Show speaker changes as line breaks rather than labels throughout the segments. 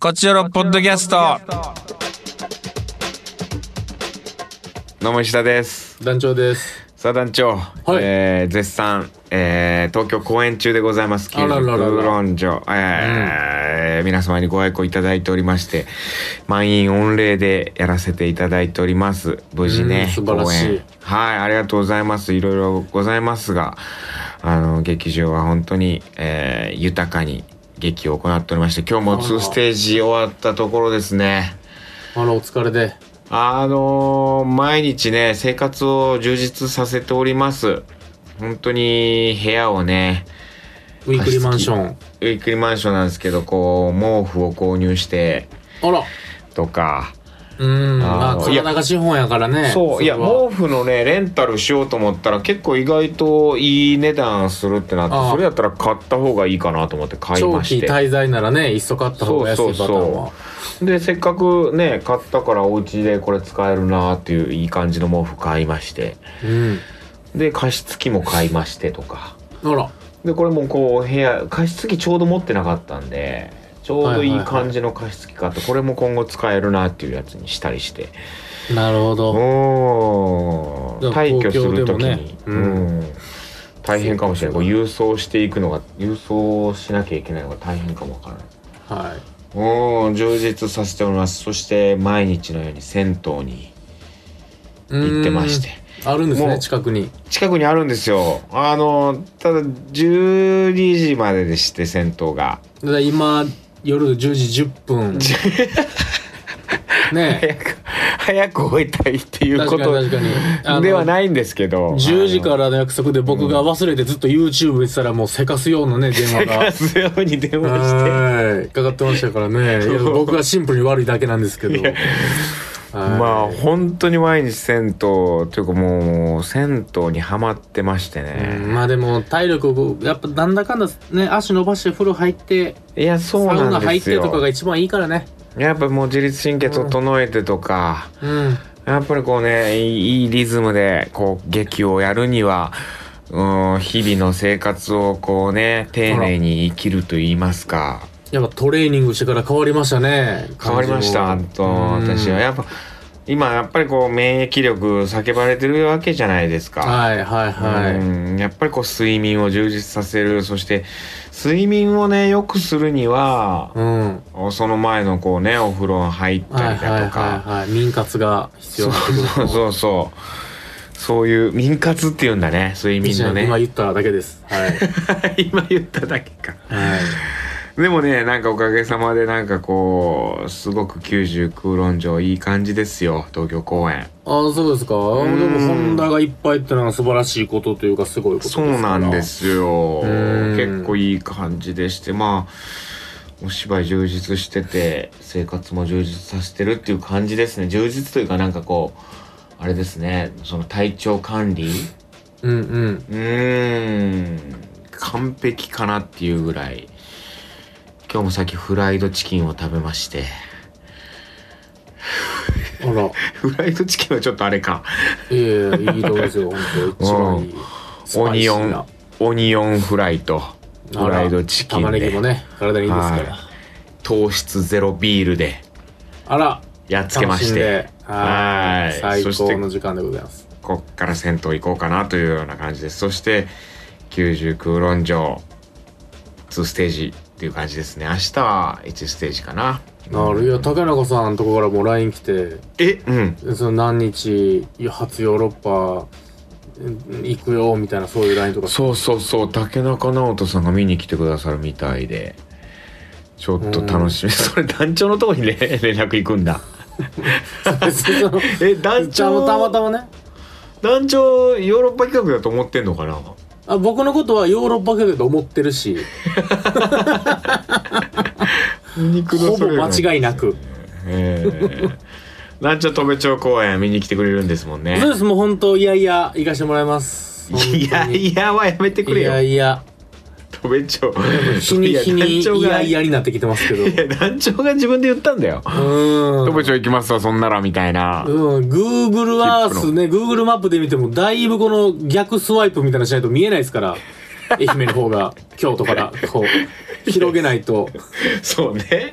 こちらのポッドキャスト。
どうも石田です。
団長です。
さあ団長、
い
えー絶賛、えー東京公演中でございます。
あらららら
九論城、えー皆様にご愛顧いただいておりまして、満員御礼でやらせていただいております。無事ね、
うん素晴らしい
公演はい、ありがとうございます。いろいろございますが、あの劇場は本当に、えー豊かに劇を行っておりまして、今日も2ステージ終わったところですね。
あら、お疲れで。
あのー毎日ね、生活を充実させております。本当に部屋をね、
ウィークリーマンション。
ウィークリーマンションなんですけど、こう、毛布を購入して、
あら。
とか。
うーん。ま
あー
あ、神奈川資本やからね。
そう、いや、
れは
毛布のね、レンタルしようと思ったら、結構意外といい値段するってなって
あ、あ
それやったら買った方がいいかなと思って買い
長
ま
期
して。
滞在ならね、いっそ買った方が安いパターンは。
う。で、せっかくね、買ったからお家でこれ使えるなっていういい感じの毛布買いまして。
うん。
で、加湿器も買いましてとか。
あら。
でこれもこう部屋加湿器ちょうど持ってなかったんでちょうどいい感じの加湿器買ってこれも今後使えるなっていうやつにしたりして
なるほど。
おー
だから
退去する時に、う
東京でもねうん
ん大変かもしれないこう郵送していくのが郵送しなきゃいけないのが大変かもわからない
は
おー充実させておりますそして毎日のように銭湯に
い。うーん
行ってまして。
あるんです
もう
ね、近くに。
近くにあるんですよあのただ12時まででして銭湯が
だから今、夜10時10分。 ね
早く早く終えたいっていうこ
確かに確かにあ
と
の
ではないんですけど
10時からの約束で僕が忘れてずっと YouTube でしたらもう せかすようなね、電話が。
すように電話して
はい。かかってましたから ね。いや僕がシンプルに悪いだけなんですけど。はい
まあ本当に毎日銭湯というかもう銭湯にはまってましてね、
まあでも体力をやっぱなんだかんだね足伸ばして風呂入って
いやそ
サ
う
ウ
な
ナ
ん
入
で
っ
す
て
よ
とかが一番いいからね
やっぱもう自律神経整えてとか、
うん
やっぱりこうねいいいいリズムでこう劇をやるにはうん日々の生活をこうね丁寧に生きると言いますか
やっぱトレーニングしてから変わりましたね
変わりました
感じ
と
もうん
私はやっぱ今やっぱりこう免疫力叫ばれてるわけじゃないですか、
はいはいはい、
うんやっぱりこう睡眠を充実させるそして睡眠をね良くするには
う、ん
その前のこうねお風呂入っ
は
たり
いはい
だ
はい
とか
はい民活が
そ
必要
う
なってくる
そうそうそうそういう民活っていうんだね睡眠のね
今言っただけですはい、
今言っただけか
はい、
でもねなんかおかげさまでなんかこうすごく九十空論城いい感じですよ東京公演
ああそうですかで
ん
もホンダがいっぱいってのは素晴らしいことというかすごいことです
そ
から
うなんですよ
うん
結構いい感じでしてまあお芝居充実してて生活も充実させてるっていう感じですね充実というかなんかこうあれですねその体調管理
うんうん
うーん完璧かなっていうぐらい今日もさっきフライドチキンを食べまして
あ ら
フライドチキンはちょっとあれか
いやいやいいとこです よ、本当一番いい。ス
オ
パイ
ニ
シ
オ
ー
ン
な
オニオンフライとフ
あら
ライドチキン
玉ねぎも
で
ね、体にいいですか
は
ら
い。糖質ゼロビールで
あら、
やっつけまし
楽ん
て
では
はい
い。最
そして
高の時間でございます。
こっから銭湯行こうかなというような感じですそして九十空論城2ステージっていう感じですね明日は1ステージかな
なるいや、竹中さんのとこからもう LINE 来て、
えうん
その何日、いや初ヨーロッパうん行くよ、みたいなそういう LINE とか。
そうそうそう竹中直人さんが見に来てくださるみたいでちょっと楽しみそれ団長のとこにね連連絡行くんだ え団
じゃあも
長
うたまたまね。
団長ヨーロッパ企画だと思ってんのかな
あ僕のことはヨーロッパ系だと思ってるし、
肉
ほぼ間違いなく。
えー、団長戸部町公演見に来てくれるんですもんね
そうです、もう本当、いやいや、行かしてもらいます。
いや
本
いやはやめて
当
く
にい
れ
や
よ
いや。
戸部町
日に日
い
に
や団長が
いやいやになってきてますけ ど。
いや団長が自分で言ったんだよ
うん。
戸部町行きますわそんならみたいな
うん、
ッ
Google Earth
プの
ね、Google マップで見ても、だいぶこの逆スワイプみたいなのしないと見えないですから、愛媛 の方が、京都から、こう、広げないと。
そうね。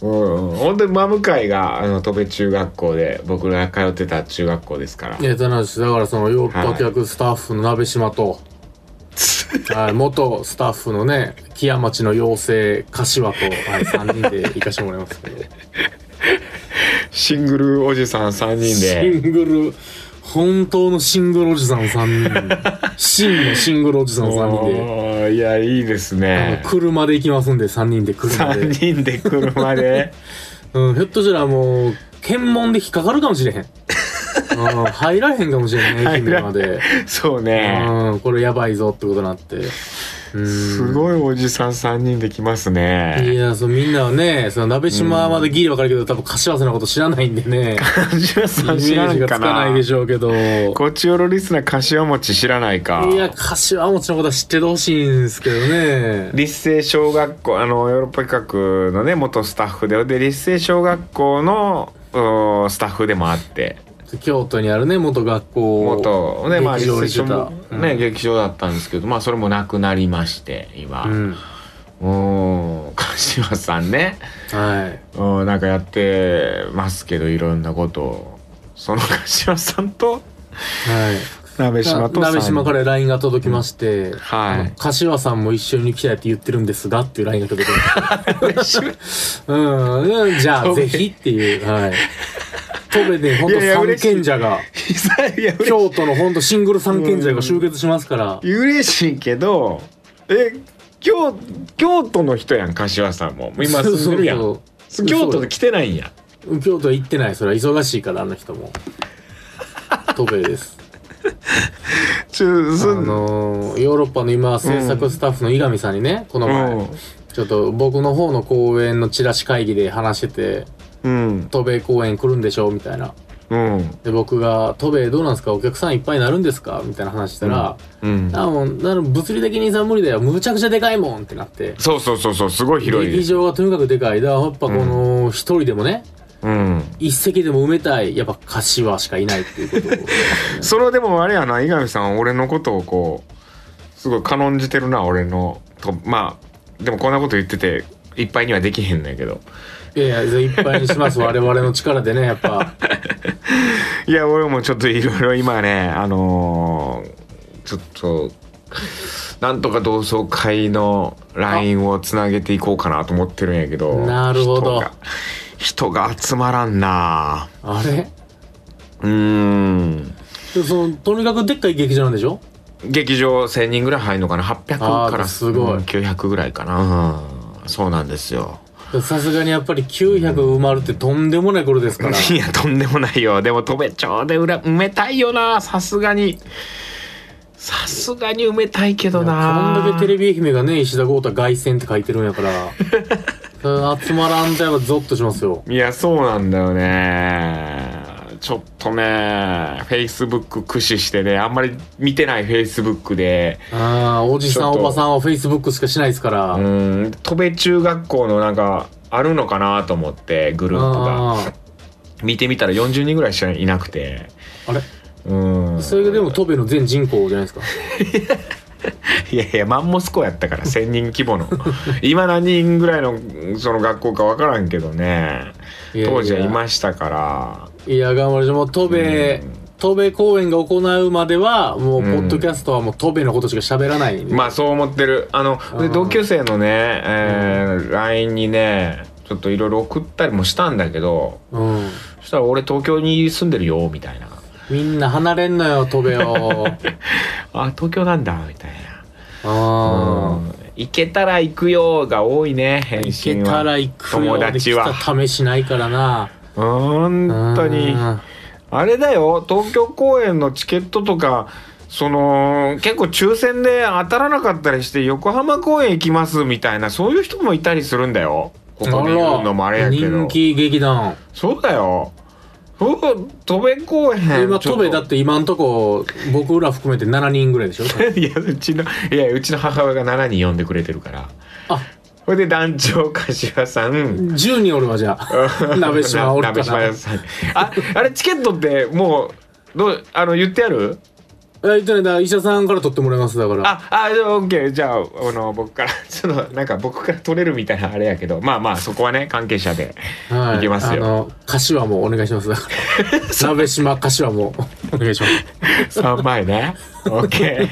うんうん、本当に真向かいがあの戸部中学校で僕らが通ってた中学校ですから
えー、ただし、だからその、ヨーロッパ客スタッフの鍋島と、はい、元スタッフのね、木屋町の妖精、柏と、はい、3人で行かしてもらいますけど。
シングルおじさん3人で
シングル、本当のシングルおじさん3人。真のシングルおじさん3人で。
おーいやいいです
あ
ね
の車で行きますんで、3人で車で
3。人で車 で
うん、ひょっとしたらもう、検問で引っかかるかもしれへん。うん、入らへんかもし れへん、愛媛まで。
そうね
うん、これやばいぞってことになって。うん、
すごいおじさん3人で来ますね
いや、そう、みんなはね、その、鍋島までギリわかるけど、多分、柏瀬のこと知らないんでね、
柏
イメ
さん 知らん
ージがつ
か
か
な
ないでしょうけど、い
こっちよろリスナー柏餅知らないか
や、柏餅のことは知っててほしいんですけどね。
立成小学校あのヨーロッパ企画のね元スタッフでで立成小学校のうんスタッフでもあって
京都にあるね、元学校。
元ねまあ
劇
立
場
成
にして
小
た
も。ね、劇場だったんですけどまあそれもなくなりまして今、
う。
うん
うん。
ん、柏さんね
はい。
うんなんかやってますけどいろんなことをその柏さんと
はい。
鍋島と
鍋島からら LINE が届きまして、
はい
あの柏さんも一緒に来たいって言ってるんですがっていう LINE が届きました。 うん、じゃあぜひっていう、はい。戸部で本当
いやいや
三賢者が、
いや嬉しい
京都の本当シングル三賢者が集結しますから、
嬉しいけどえ京京都の人やん柏さんももう今住んでるやん
そうそう
京都で来てないんや
そう京都は行ってない、それは忙しいから、あの人も。戸部です。
ちょ
あ
すん
のーヨーロッパの今、制作スタッフの伊上さんにね、この前、ちょっと僕の方の公演のチラシ会議で話してて、
うん
渡米公演来るんでしょみたいな。
うん
で、僕が、渡米どうなんですかお客さんいっぱいになるんですかみたいな話したら、
うん
あ、もう、なる物理的にさ、無理だよ。むちゃくちゃでかいもんってなって。
そうそうそうそうすごい広いで
劇
す
場がとにかくでかい。だから、やっぱこの、一人でもね、
うん
一席でも埋めたい、やっぱ柏しかいないっていうことを。
それでもあれやな井上さん俺のことをこうすごい軽んじてるな俺のとまあでもこんなこと言ってていっぱいにはできへんねんけど
いやいや、いっぱいに します。我々の力でね、やっぱ。
いや俺もちょっといろいろ今ねあのーちょっとなんとか同窓会の LINE をつなげていこうかなと思ってるんやけど
なるほど
人が人が集まらんな
あれ
うーん
でその、とにかくでっかい劇場なんでしょ
劇場1,000人ぐらい入るのかな800
あー
から
すごい
うん900ぐらいかな、うんそうなんですよ
さすがにやっぱり900埋まるってとんでもない頃ですから。
いやとんでもないよでも戸部町で裏埋めたいよなさすがにさすがに埋めたいけどな
こんだけテレビ愛媛がね、石田豪太凱旋って書いてるんやから、それ集まらんとやっぱゾッとしますよ。
いや、そうなんだよね。ちょっとね、Facebook 駆使してね、あんまり見てない Facebook で、
ああ、おじさん
ちょっ
お
と
ばさんは Facebook しかしないですから。
うーん、戸部中学校のなんか、あるのかなと思って、グループが。
あ
見てみたら40人ぐらいしかいなくて。
ああれ
うーん。
それがでも戸部の全人口じゃないですか。
いやいや、マンモス校やったから、1000人規模 の。今何人ぐらいの、その学校かわからんけどね。
いやいや
当時はいましたから。
いや、頑張りましょう。もう戸部、戸部公演が行うまでは、もう、ポ
うん
ッドキャストはもう戸部のことしか喋らないんで。
まあそう思ってるあので
うん
同級生のね、えー LINE にねちょっといろいろ送ったりもしたんだけど
うん。
そしたら「俺東京に住んでるよ」みたいな
みんな離れんのよ、戸部 を。
「あ東京なんだ」みたいな「
ああ。
うん行けたら行くよ」が多いね返
行け
信
た
は
ら行くよ
友
で
達
き
は
た試しないからな
本当に
うん
あれだよ東京公演のチケットとかその結構抽選で当たらなかったりして横浜公演行きますみたいなそういう人もいたりするんだよここに言うのもあれやけど
人気劇団
そうだよ。そう、戸辺公園。
今
ちょと
戸部だって今んとこ僕ら含めて7人ぐらいで しょ
いや、うちの、いや、うちの母親が7人呼んでくれてるから。
あ
それで団長、柏さん。
10人おるわじゃあ鍋島おる
鍋
か
島
な
さん。あ、あれ、チケットって、もう、どう、あの、言ってある
え言ってないだから医者さんから取ってもらいますだから
あ、あ、でもオッケー。じゃあ、あの、僕から、 ちょっと、なんか僕から取れるみたいなあれやけど、まあまあ、そこはね、関係者で。
はい
けますよ
あの柏もお願い しますだから鍋島柏もお願いしま
3枚ね。オッケ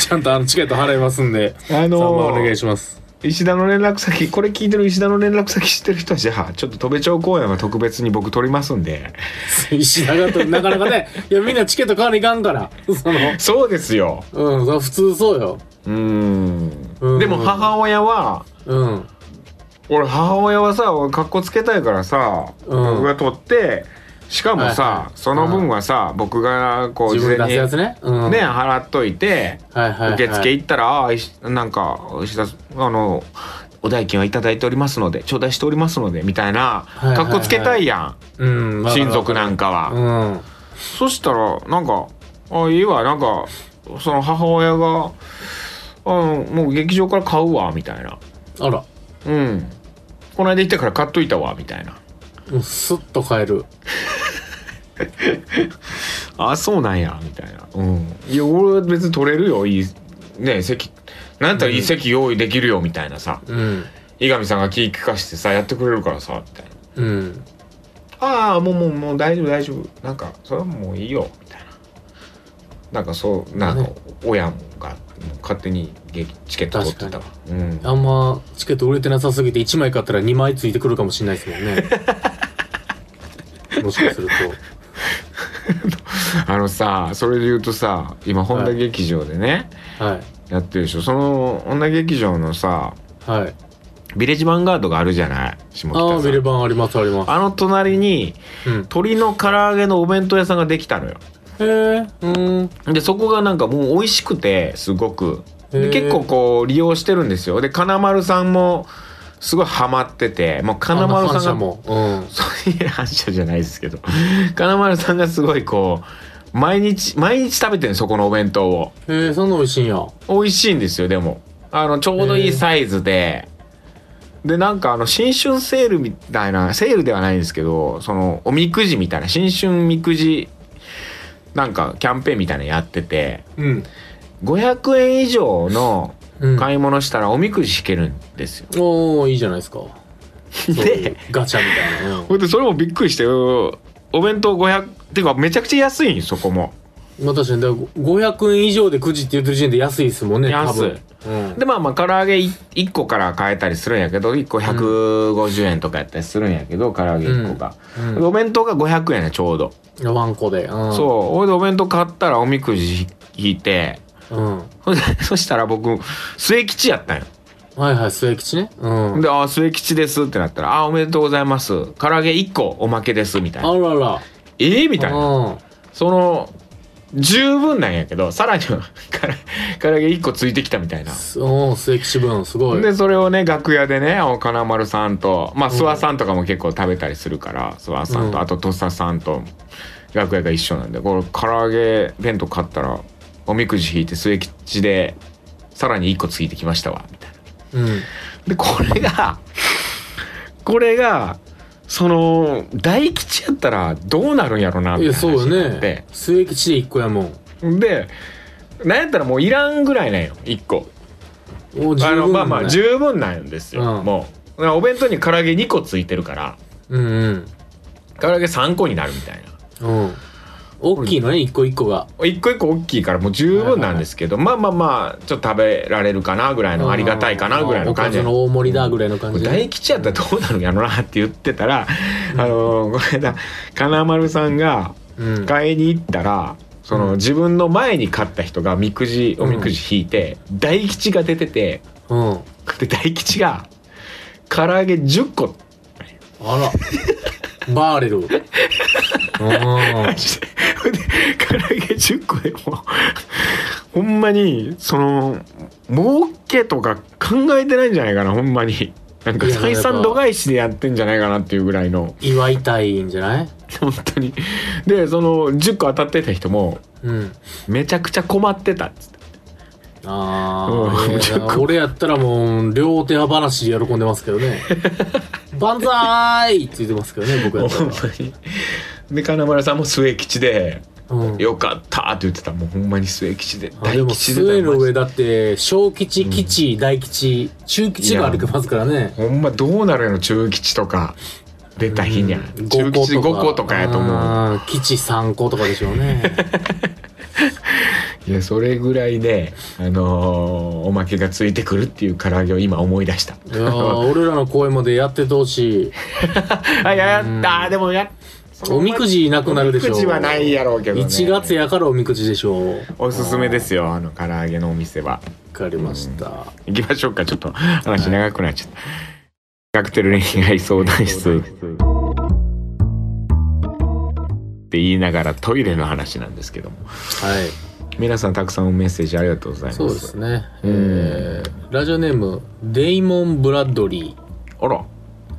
すちゃんとあのチケット払いますんで
ー。あ
3万お
の
願いします
石田の連絡先、これ聞いてる石田の連絡先知ってる人は、じゃあ、ちょっと戸部町公園は特別に僕取りますんで。
石田がとなかなか ねいやみんなチケット買わにいかんからその
そうですよ。
うんそれは普通そうよ
うーん。
うん
でも母親は、
うん
俺母親はさ俺格好つけたいからさ、
うん
僕が取ってしかもさ、
はいはい
その分はさ、僕がこう
自
事
分で
前
出す
に
や
ね
つねうん
払っといて、
はいはいはい
受付行ったら「ああいしなんか石田あのお代金はいただいておりますので頂戴しておりますので」みたいな
はいはい
格好つけたいやん、
うんわかる
親族なんかは。
うん
そしたらなんか「あいいわなんかその母親があもう劇場から買うわ」みたいな
あら
「うんこの間行ったから買っといたわ」みたいな。
もうスッと買える
あそうなんやみたいな、うん、いや俺は別に取れるよいいね席なんやったらいい席用意できるよみたいなさ
うん
井上さんが気利かしてさやってくれるからさみたいな
うん
ああもうもうもう大丈夫大丈夫なんかそれはもういいよみたいななんかそうなんか
ね
親が勝手に劇チケット取ってたわうん
あんまチケット売れてなさすぎて1枚買ったら2枚ついてくるかもしれないですもん ねもしかすると
あのさそれで言うとさ今本田劇場でね、
はい
やってるでしょその本田劇場のさ
はい
ビレッジヴァンガードがあるじゃない下北
ああ
沢
ビレバンありますありま
あの隣に
すうん
鶏の唐揚げのお弁当屋さんができたのよ。
へえうん
でそこがなんかもう美味しくてすごく
へ
で
ー
結構こう利用してるんですよ。で金丸さんもすごいハマっててもう金丸さ
反射
んが
もうん
そういう反射じゃないですけど金丸さんがすごいこう毎日毎日食べてるそこのお弁当を
へえそんな美味しいんや
美味しいんですよでもあのちょうどいいサイズで。でなんかあの新春セールみたいなセールではないんですけどそのおみくじみたいな新春みくじなんかキャンペーンみたいなのやってて
うん
500円以上の
うん
買い物したらおみくじ引けるんですよ。
おおいいじゃな いですかそうい
で
うガチャみたいなうん
ほんでそれもびっくりしてうんお弁当500っていうかめちゃくちゃ安いんよそこも。
まあ確かにだから500円以上でくじって言ってる時点で安いですもんね多分
安い
うん
でまあまあ唐揚げ1個から買えたりするんやけど1個150円とかやったりするんやけど唐揚げ1個が。
うん
お弁当が500円やちょうど、
ワンコで。うん、
そうほいでお弁当買ったらおみくじ引いて
う。うん。
ほいで そしたら僕末吉やったんよ
はいはい、末吉ね。うん。
で「あー末吉です」ってなったら「あーおめでとうございます唐揚げ1個おまけです」みたい
あ
な
ら
「
ら。
ええみたいな
うん。
その十分なんやけどさらには から唐揚げ1個ついてきたみたいな
すうん、末吉分、すごい。
でそれをね楽屋でねお金丸さんとまあ諏訪さんとかも結構食べたりするから諏訪さんと、
うん
あと土佐さんと楽屋が一緒なんでこれ唐揚げ弁当買ったらおみくじ引いて末吉でさらに1個ついてきましたわみたいな。
うん。
でこれがこれがその大吉やったらどうなるんやろなみ
い
たい
や、
な
そ
話
うよ
になっ
ね
て。
末吉で一個やもん。
でなんやったらもういらんぐらいなんよ1個。
お十
あ
分、
の
ね。
まあまあ十分なんですよ、
うん
もうだからお弁当に唐揚げ2個ついてるから
うんうん。
唐揚げ3個になるみたいな
うん。大きいのね、一個一個が。
一個一個大きいからもう十分なんですけど、まあまあまあちょっと食べられるかなぐらいのありがたいかなぐらいの感じ
おかずの大盛りだぐらいの感じで。
大吉やったらどうなるんやろなって言ってたら、あのこの間金丸さんが
うん。
買いに行ったらその自分の前に買った人がみくじおみくじ引いて、大吉が出てて
うん。
で大吉が唐揚げ10個
あら。バーレル。うん。
ほんで唐揚げ10個でもほんまにその儲けとか考えてないんじゃないかなほんまになんか
いや
採算度外視でやってんじゃないかなっていうぐらいの
祝いたいんじゃない
本当にでその10個当たってた人も
うん。
めちゃくちゃ困ってたっつって
あ
うん10
あ、
個
俺やったらもう、両手は話で喜んでますけどね。万歳って言ってますけどね、僕
ほ
やった
んまにで金村さんも末吉で
うん
よかったって言ってたもうほんまに末吉で
あで
大
も
吉で
末
た
の
マジ
上だって小吉基地、大吉中吉がありますからね
ほんまどうなるの中吉とか出た日にゃ、
うん
中吉5個とかやと思う
あー基地3個とかでしょうね
いやそれぐらいであのーおまけがついてくるっていう唐揚げを今思い出した
いやー俺らの声までやっててほしい
あやったでもや
おみくじなくなるでしょ
おみくじはないやろうけどね
1月やからおみくじでしょう
おすすめですよあの唐揚げのお店は
わかりました、
行きましょうかちょっと話長くなっちゃった、カクテル恋愛相談室って言いながらトイレの話なんですけども
はい
皆さんたくさんメッセージありがとうございます
そうですね、
うん
えーラジオネームデイモン・ブラッドリ
あら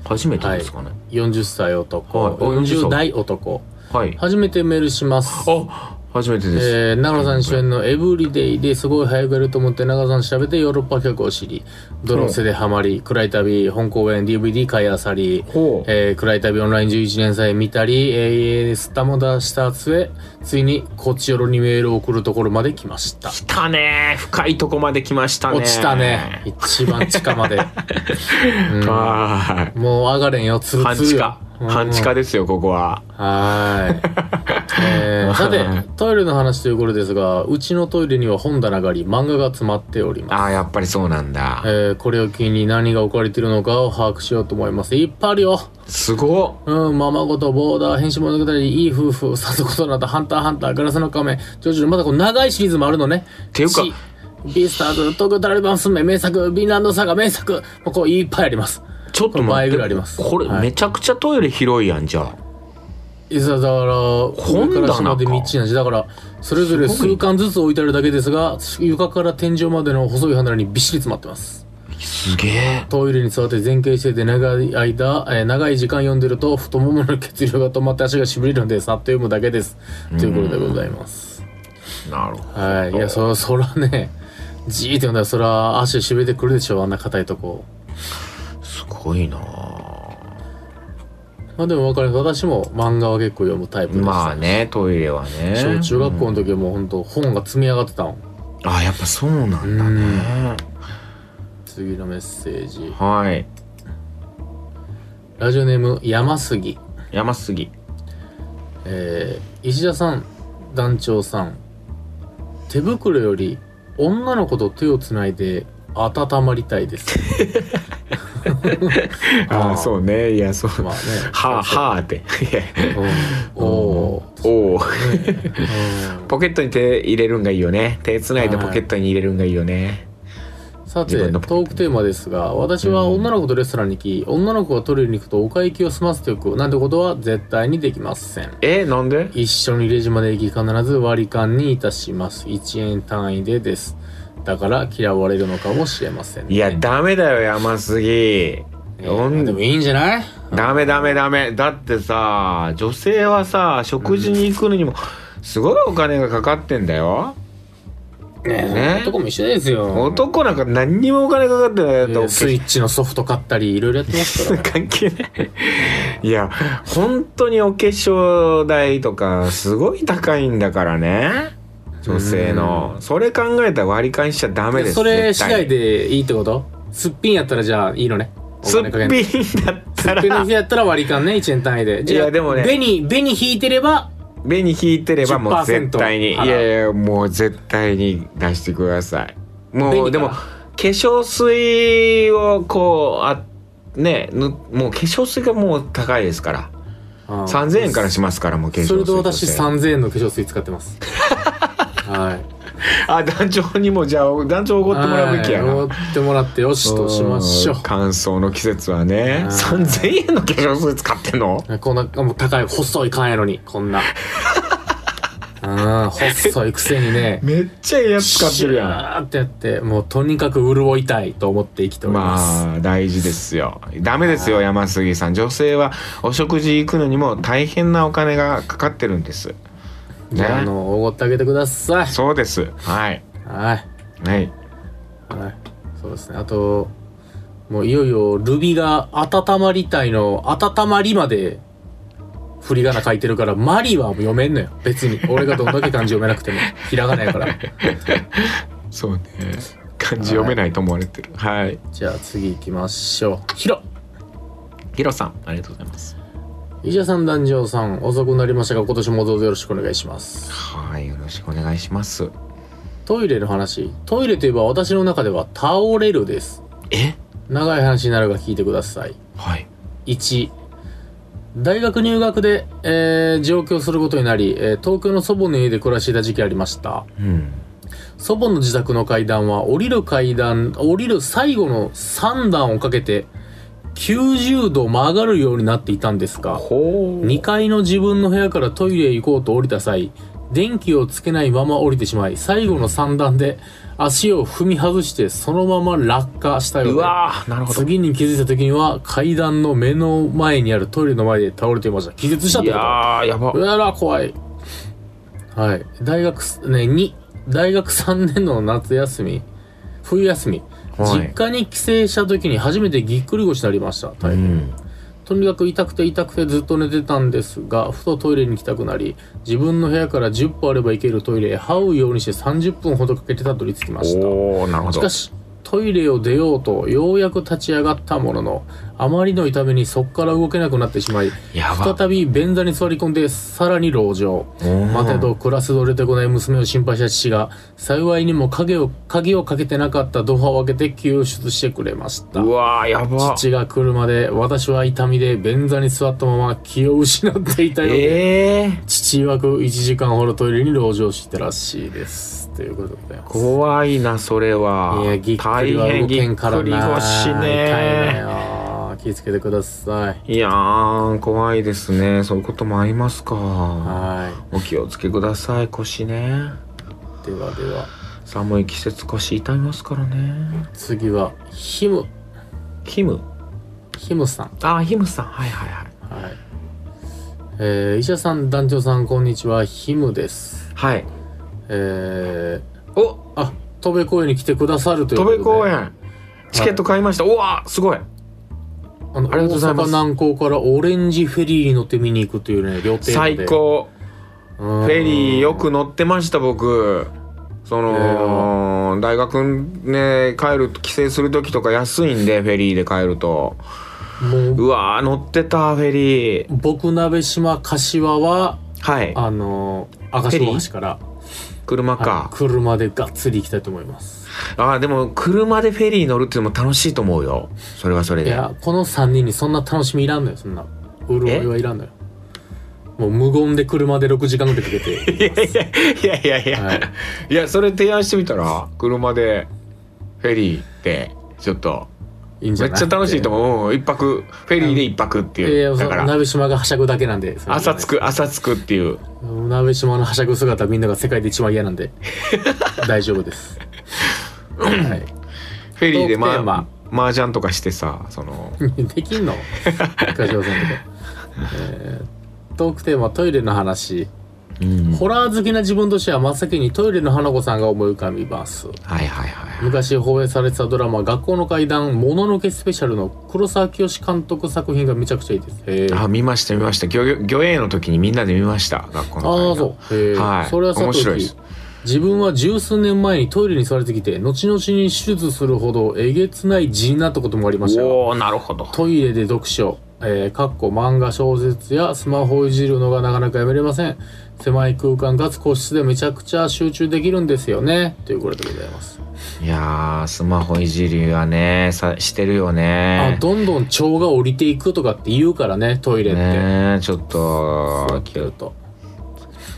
初めてですかね
ー40歳男、
はいあ40
40代男
はい、
初めてメールします
あ初めてです、
えー、長野さん主演の「エブリデイ」ですごい早くやると思って長野さん調べてヨーロッパ客を知りドロセでハマり暗い旅本公演 DVD 買いあさり
ほう
えー暗い旅オンライン11年祭見たり、えー、スタも出した末ついにこっちよろにメールを送るところまで来ました
来たね深いとこまで来ましたね
落ち たね一番地下まで
は
もう上がれんよつ
い
る
半
つる
地
よ
下
うん
半地下ですよここは
はーい、 えー、さてトイレの話ということですがうちのトイレには本棚があり漫画が詰まっております
ああやっぱりそうなんだ
えーこれを機に何が置かれているのかを把握しようと思います。いっぱいあるよ。
すごっ
うん、ママごと、ボーダー、変身物語、いい夫婦、さとことなった、ハンターハンター、ガラスの仮面、ジョジョ、まだこの長いシリーズもあるのね。
ていうか
地、ビースターズ、東京タラレバンスメ、名作、ビンランドサガ、名作、もうこういっぱいあります。
ちょっと
これ
待
倍
っ
ぐ
て
らいあります
これ
はい
めちゃくちゃトイレ広いやんじゃあ
いざだから、
本棚か
上下で道なんし、だから、それぞれ
すごい
数巻ずつ置いてあるだけですが、床から天井までの細い離れにびっしり詰まってます。
すげえ
トイレに座って前傾姿勢で長い間、えー長い時間読んでると太ももの血流が止まって足がしびれるのでさっと読むだけですということでございます
なるほど
はいいやそらそらねじーって読んだらそら足しびれてくるでしょあんな硬いとこ
すごいなあ
まあでも分かる私も漫画は結構読むタイプです、
まあねトイレはね
小中学校の時はもう本当本が積み上がってたもん
あやっぱそうなんだね
次のメッセージ
はい
ラジオネーム山杉
山杉
えー石田さん団長さん手袋より女の子と手をつないで温まりたいです
ああそうねいやそう
まあね
はあはあって
うんおー
おお
う
ポケットに手入れるんがいいよね手つないでポケットに入れるんがいいよね
んさて
自
ト
分の
ークテーマですが私は女の子とレストランに行き女の子が取りに行くとお会計を済ませておくなんてことは絶対にできません
えなんで
一緒にレジまで行き必ず割り勘にいたします1円単位でですだから嫌われるのかもしれませんね、
いやダメだよ山杉ほん
でもいいんじゃない
ダメダメダメだってさ女性はさ食事に行くのにもすごいお金がかかってんだよ、ね
男も一緒ですよ。
男なんか何にもお金かかってないよ
えースイッチのソフト買ったり、いろいろやってますから ね。
関係ないいや本当にお化粧代とかすごい高いんだからね女性のそれ考えたら割り勘しちゃダメです
それ
絶
次
対
第でいいってことすっぴんやったらじゃあいいのね。
すっぴ
お金かけんの
んだった
すっぴんの
ら
人やったら割り勘ね、1円単位で。じゃあ、
いやでもね
紅、紅引いてれば、
紅引いてればもう絶対にい
10%払
や
う
いやもう絶対に出してくださいもう
紅から
でも化粧水をこうあねぬもう化粧水がもう高いですから
うん
3000円からしますからもう化粧水
それと私
女性
3000円の化粧水使っ てます。はい。
あ団長にもじゃあ団長怒ってもらうべきや
はいお
な
ごってもらってよしとしましょ
うん乾燥の季節はね
はい
3000円の化粧水使ってんの
う。こんな、もう高い、細い缶やのに、こ んな。うん、細いくせに ね。
めっちゃええやつ使ってるやん
ん。ってやって、もうとにかく潤いたいと思って生きております。
まあ大事ですよダメですよ山杉さん女性はお食事行くのにも大変なお金がかかってるんです
じゃあ、
ね
あの、おごってあげてください。
そうですはい
はい。
はい
はい。そうですね。あと、もういよいよ、ルビが温まりたいの、温まりまで、振り仮名書いてるから、マリはもう読めんのよ。別に。俺がどんだけ漢字読めなくても。ひらがなやから。
そうね漢字読めないと思われてるはい
じゃあ次行きましょう。ヒロ
ヒロさんありがとうございます
医者さん、団長さん、遅くなりましたが、今年もどうぞよろしくお願いします。
はいよろしくお願いします
トイレの話。トイレといえば私の中では倒れるです。
え
長い話になるが聞いてください。
はい
1大学入学で、えー上京することになり、えー東京の祖母の家で暮らしていた時期ありました
うん
祖母の自宅の階段は降りる階段降りる最後の3段をかけて90度曲がるようになっていたんですが
ほ
2階の自分の部屋からトイレへ行こうと降りた際電気をつけないまま降りてしまい最後の3段で足を踏み外してそのまま落下したようで
うわーなるほど
次に気づいた時には階段の目の前にあるトイレの前で倒れていました気絶したっ
い
て
や
こ
ー
と
やば
うわら怖いはい大学すね2大学3年の夏休み冬休み、
はい
実家に帰省した時に初めてぎっくり腰になりました、大変
ん
とにかく痛くて痛くてずっと寝てたんですがふとトイレに行きたくなり自分の部屋から10歩あれば行けるトイレへ這うようにして30分ほどかけてたどり着きました
おおなるほ
し
ど
かしトイレを出ようとようやく立ち上がったもののあまりの痛みにそこから動けなくなってしまい
やば
再び便座に座り込んでさらに籠城
うん
待てど暮らすどれてこない娘を心配した父が幸いにも鍵を鍵をかけてなかったドアを開けて救出してくれました
うわーやば
父が来るまで私は痛みで便座に座ったまま気を失っていたようで、
ええー、
父曰く1時間ほどトイレに籠城してたらしいですということでございます
怖いなそれはい
や、ぎっくりは
大変
動
ぎ
けん
っ
から
くり
な。
腰
痛いの
ね
よ。気をつけてください。
いやー怖いですねそういうこともありますか
は
お気をつけください腰ね
い。ではでは、
寒い季節腰痛みますからね
次は、ヒム、
キム
ヒムさん。
あーヒムさんはいはいはい
はい。えー、医者さん、団長さん、こんにちは。ヒムです。
はい
え
お
ー、あ、戸部公園に来てくださるという
戸
ことで。
部公園チケット買いました、うわーすごい
あの、
ありがとうございます
大阪南港からオレンジフェリーに乗って見に行くというね、予定
最。高
フ
フェリーよく乗ってました僕その、大学ね帰る帰省する時とか安いんでフェリーで帰ると
もう、
うわー乗ってたフェリー
僕、鍋島、柏は、
はい
あのー、赤島橋から。
車
はい
か、
車でがっつり行きたいと思います
あーでも車でフェリー乗るっていうのも楽しいと思うよそれはそれ
い
で
やこの3人にそんな楽しみいらんのよそんな潤いはいらんのよもう無言で車で6時間ぐらいかけて
いやいや いやいや、
はい
い、やそれ提案してみたら車でフェリーってちょっと
いいん じ
め
ゃ
っ
ない
ちゃ楽しいと思う、うん一泊フェリーで一泊って
いや
いう、
いや
だか
そ
ら
鍋島がはしゃぐだけなんでそれ
朝着く朝着くっていう
鍋島のはしゃぐ姿みんなが世界で一番嫌なんで大丈夫ですはい
フェリーで
トークテーマ
ま麻雀とかしてさその
できんの柏さんとか、えートークテーマトイレの話
うん
ホラー好きな自分としては真っ先にトイレの花子さんが思い浮かびます
はいはいはい
昔放映されてたドラマ「学校の怪談もののけスペシャル」の黒沢清監督作品がめちゃくちゃいいですへえ
あ
あ
見ました見ました漁業漁営の時にみんなで見ました学校の会
あ
の
ーそうへえ、
はい
それはさてお
面
き
白いです
自分は十数年前にトイレに座れてきて後々に手術するほどえげつない地になったこともありましたが
おおなるほど
トイレで読書、えー、かっこ漫画小説やスマホをいじるのがなかなかやめれません狭い空間かつ個室でめちゃくちゃ集中できるんですよねということでございます、
いやースマホいじりはねさしてるよね
あどんどん腸が降りていくとかって言うからねトイレって、
ねえちょっ
そう
と
聞くと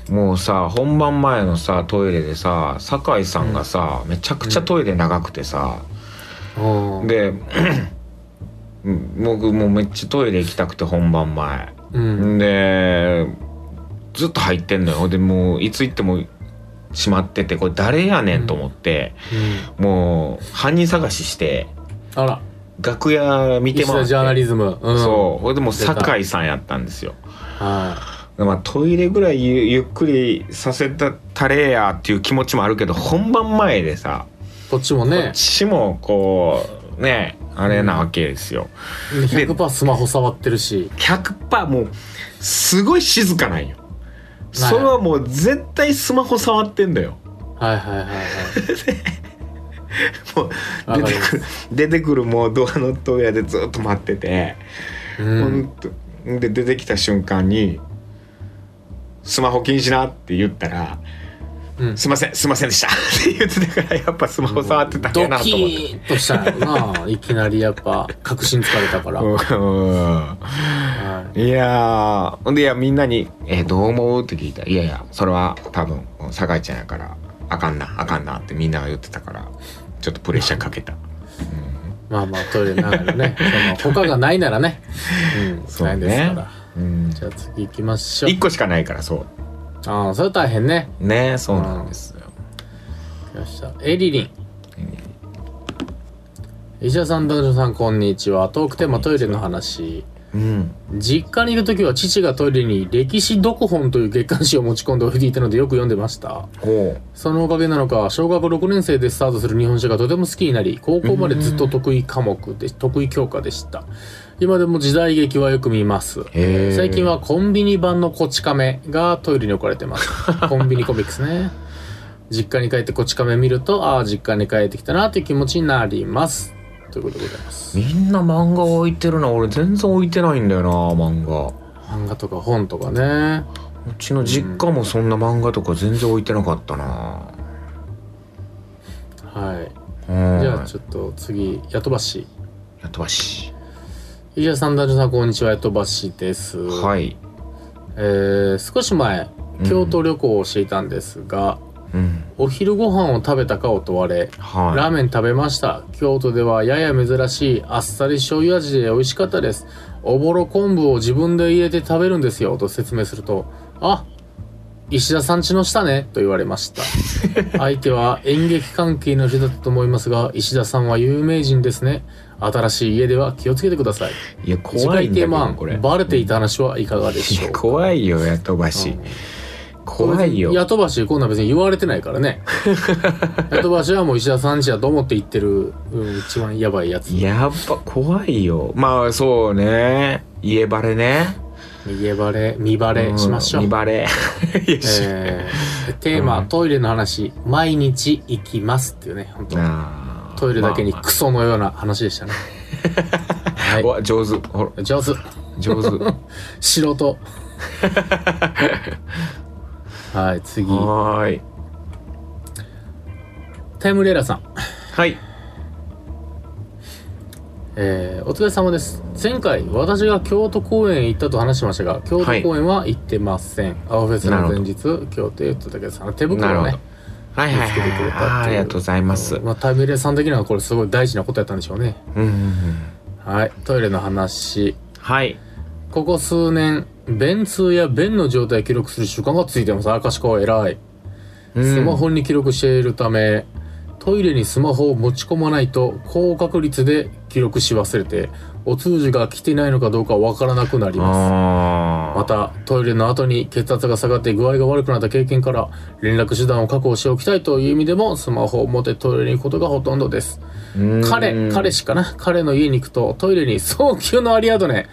もうさ本番前のさトイレでさ酒井さんがさ、めちゃくちゃトイレ長くてさ、
うん
で うん僕もうめっちゃトイレ行きたくて本番前、
うん
でずっと入ってんのよでもういつ行っても閉まっててこれ誰やねんと思って、もう犯人探しして
あら
楽屋見て
石
ま
田ジャーナ
って
リズム、うん、
そうほいでもう
出た
酒井さんやったんですよ
は
まあ、トイレぐらいゆゆっくりさせたたれやっていう気持ちもあるけど本番前でさ
いこっちも
こっ
ね
ちもこうねあれなわけですよ。
100%スマホ触ってるし
100%もうすごい静かなんよ。それはもう絶対スマホ触ってんだよ。
はいはいはいはい
もう
わ
出
かり
て
ま
く
す
る出てくるもうドアの扉でずっと待ってて、
うん
ほんとで出てきた瞬間に「スマホ禁止な」って言ったら
う
「
ん
すいませんすいませんでした」 って言ってたからやっぱスマホ触ってたんや
ド
なと
キ
思って。
ーンとしたんやろないきなりやっぱ確信つかれたから、はい
うんいやーほんでいやみんなに「えどう思う?」って聞いたら「いやいやそれは多分酒井ちゃんやからあかんなあかんな」ってみんなが言ってたからちょっとプレッシャーかけた。
まあまあトイレなが らねその他がないならね、うん、
そうね
ないですから
うん
じゃあ次行きましょう
1個しかないからそう
ああそれ大変ね
ねそうなんですよ。
よっしゃエリリン石田さん、男女さん、こんにちは。トークテーマトイレの話。
うん、
実家にいるときは父がトイレに歴史読本という月刊誌を持ち込んで置いていたのでよく読んでました。
ほう
そのおかげなのか、小学6年生でスタートする日本史がとても好きになり、高校までずっと得意科目で、得意教科でした。今でも時代劇はよく見ます。
へー
最近はコンビニ版のこち亀がトイレに置かれ てます。コンビニコミックスね。実家に帰ってこち亀見ると、ああ、実家に帰ってきたなという気持ちになります。ということでございます。
みんな漫画置いてるな俺全然置いてないんだよな漫画
漫画とか本とかね。
うちの実家もそんな漫画とか全然置いてなかったな、
はい。
うん、
じゃあちょっと次、ヤトバシ。
やっとばし
石田さん、ダジョさん、こんにちは、ヤトバシです。
はい、
えー少し前、京都旅行をしていたんですが、
うん、
お昼ご飯を食べたかを問われ、
はい
ラーメン食べました。京都ではやや珍しいあっさり醤油味で美味しかったです。おぼろ昆布を自分で入れて食べるんですよ、と説明すると、あ石田さんちの下ねと言われました。 相手は演劇関係の人だったと思いますが、石田さんは有名人ですね。新しい家では気をつけてください。
いや怖いんだけ
次回テーマ
どこれ
バレていた話はいかがでし
い
ょう
や
か
怖いよやっとばし怖いよ
ヤトバシこんなん別に言われてないから ねヤトバシはもう石田さんちだと思って言ってる、うん、一番やばいやつ
やっぱ怖いよまあそうね家バレね
家バレ見バレしましょう、
ん見バレ いやし
えーテーマ、トイレの話毎日行きますっていうね本当
なあ
トイレだけに
まあ
クソのような話でしたね、
まあう わ上手ほら
上手
上 手
素人 はい次
はーい
タイムレーラーさん
はい
えーお疲れ様です前回私が京都公園へ行ったと話しましたが京都公園は行ってません、青フェスの前日京都へ行っただけですあの手
なる
袋を
ほど
ね
はいはいはい
見つけてくれたっていう
あーありがとうございます
まあ、タイムレーさん的にはこれすごい大事なことやったんでしょうね
うんうんうん
はいトイレの話
はい
ここ数年便通や便の状態を記録する習慣がついてます赤石川偉い
うん
スマホに記録しているため、トイレにスマホを持ち込まないと高確率で記録し忘れてお通じが来てないのかどうかわからなくなります
あ
またトイレの後に血圧が下がって具合が悪くなった経験から連絡手段を確保しておきたいという意味でもスマホを持ってトイレに行くことがほとんどです
た
彼彼氏かな彼の家に行くとトイレに早急のアリアドネ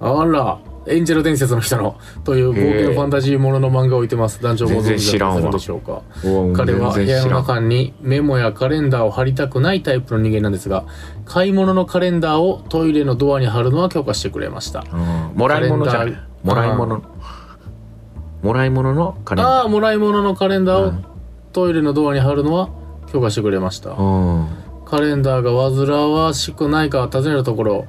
あらエンジェル伝説の人のという冒険ファンタジーものの漫画を置いてます男女ご存
全然
知
知らん
だっ
わ
たのでしょうか彼
彼
は部屋の中にメモやカレンダーを貼りたくないタイプの人間なんですが買い物のカレンダーをトイレのドアに貼るのは許可してくれました
もらい物じゃない
カレンダー
もらい物もらい物のカレン
あ
ダ
あもらい物のカレンダ
う
ー
ん
をトイレのドアに貼るのは許可してくれました
ーうん
カレンダーが煩わしくないか尋ねたところ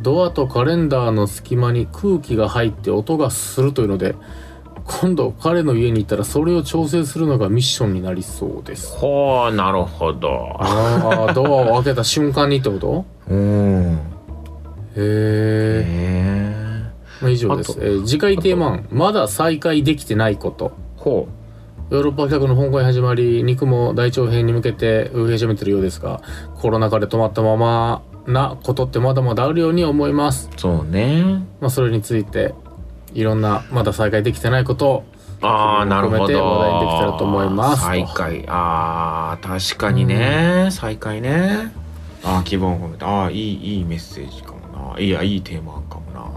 ドアとカレンダーの隙間に空気が入って音がするというので今度彼の家に行ったらそれを調整するのがミッションになりそうです
ほうなるほど
ああドアを開けた瞬間にってこと
うん
へえ
へえ
まあ、以上です
あ、と
えー次回テーマ案まだ再開できてないこと
ほ
ヨーロッパ企画の香港へ始まり肉も大腸編に向けて動き始めてるようですがコロナ禍で止まったままなことってまだまだあるように思います、
うそうね
まあ、それについていろんなまだ再開できてないことを
ああなるほ
含めて
ど
話題にできたらと思います
再開ああ確かにね再開ねああ、希望を込めて。ああ、いい、いいメッセージかもな。いや、いいテーマかもな。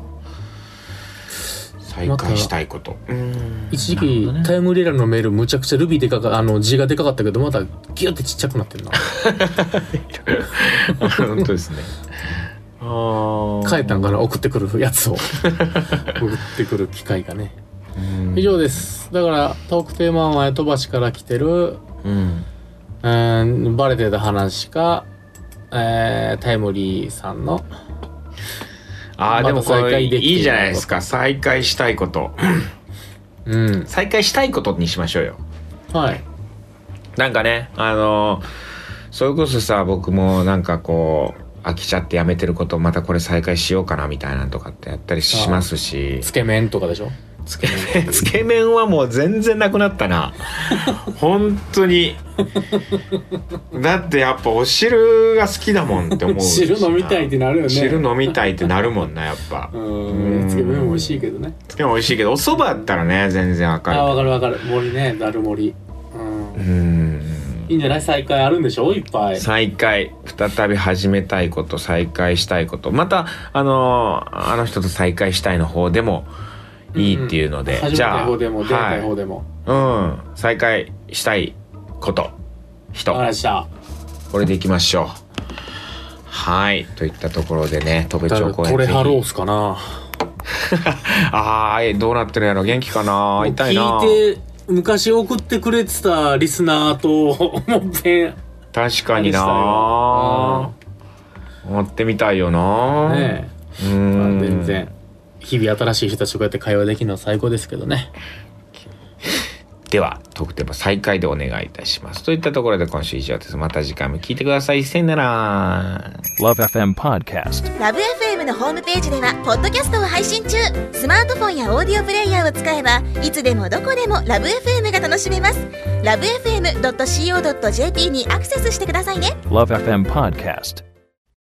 再開したいこと。うん
一時期、
なるほどね
タイムリーラルのメールむちゃくちゃルビーでかかあの字がでかかったけどまたギュってちっちゃくなってるな
本当ですね。ああ。
変えたんかな送ってくるやつを 送ってくる機会がね
うん
以上ですだからトークテーマは飛ばしから来てる
うん。
うーんバレてた話か、えー、タイムリーさんの
ああ、でもこ
まだ再
れ
開できてない
いいじゃないですか。再開したいこと。
うん
再開したいことにしましょうよ。
はい
なんかね、あのーそれこそさ、僕もなんかこう、飽きちゃってやめてることをまたこれ再開しようかなみたいなのとかってやったりしますし、
つけ麺とかでしょ
つけ麺、 つけ麺はもう全然なくなった な。本当に。だってやっぱお汁が好きだもんって思う。
汁飲みたいってなるよね
汁飲みたいってなるもんな、やっぱ。
うんつけ麺も美味しいけどね
つけ麺美味しいけど、お蕎麦だったらね、全然わかる
あ
け
あ
ど。
わかるわかる森ねだる森う
うんん。
いいんじゃない再開あるんでしょいっぱい
再開再び始めたいこと再開したいことまたあのーあの人と再会したいの方でもいいっていうので、
初め
じ
て
ゃあ
方でも出会い方
は
でも、
い、うん再会したいこと人
わかりました
これでいきましょうはいといったところでね戸部町公園
トレハロー
ぜ
スかな
ひあーえどうなってるやろ元気かな会いたいな
聞いて昔送ってくれてたリスナーともっぺん
確かに
あ
な持ってみたいよな、
ね
う
え、
ん
全然日々新しい人たちとこうやって会話できるのは最高ですけどね
では、特典は再開でお願いいたします。といったところで今週以上です。また次回も聞いてください。せんなら。
Love FM Podcast.
ラブ f m のホームページではポッドキャストを配信中スマートフォンやオーディオプレイヤーを使えばいつでもどこでもラブ f m が楽しめますラブ FM.co.jp にアクセスしてくださいね
Love FM Podcast.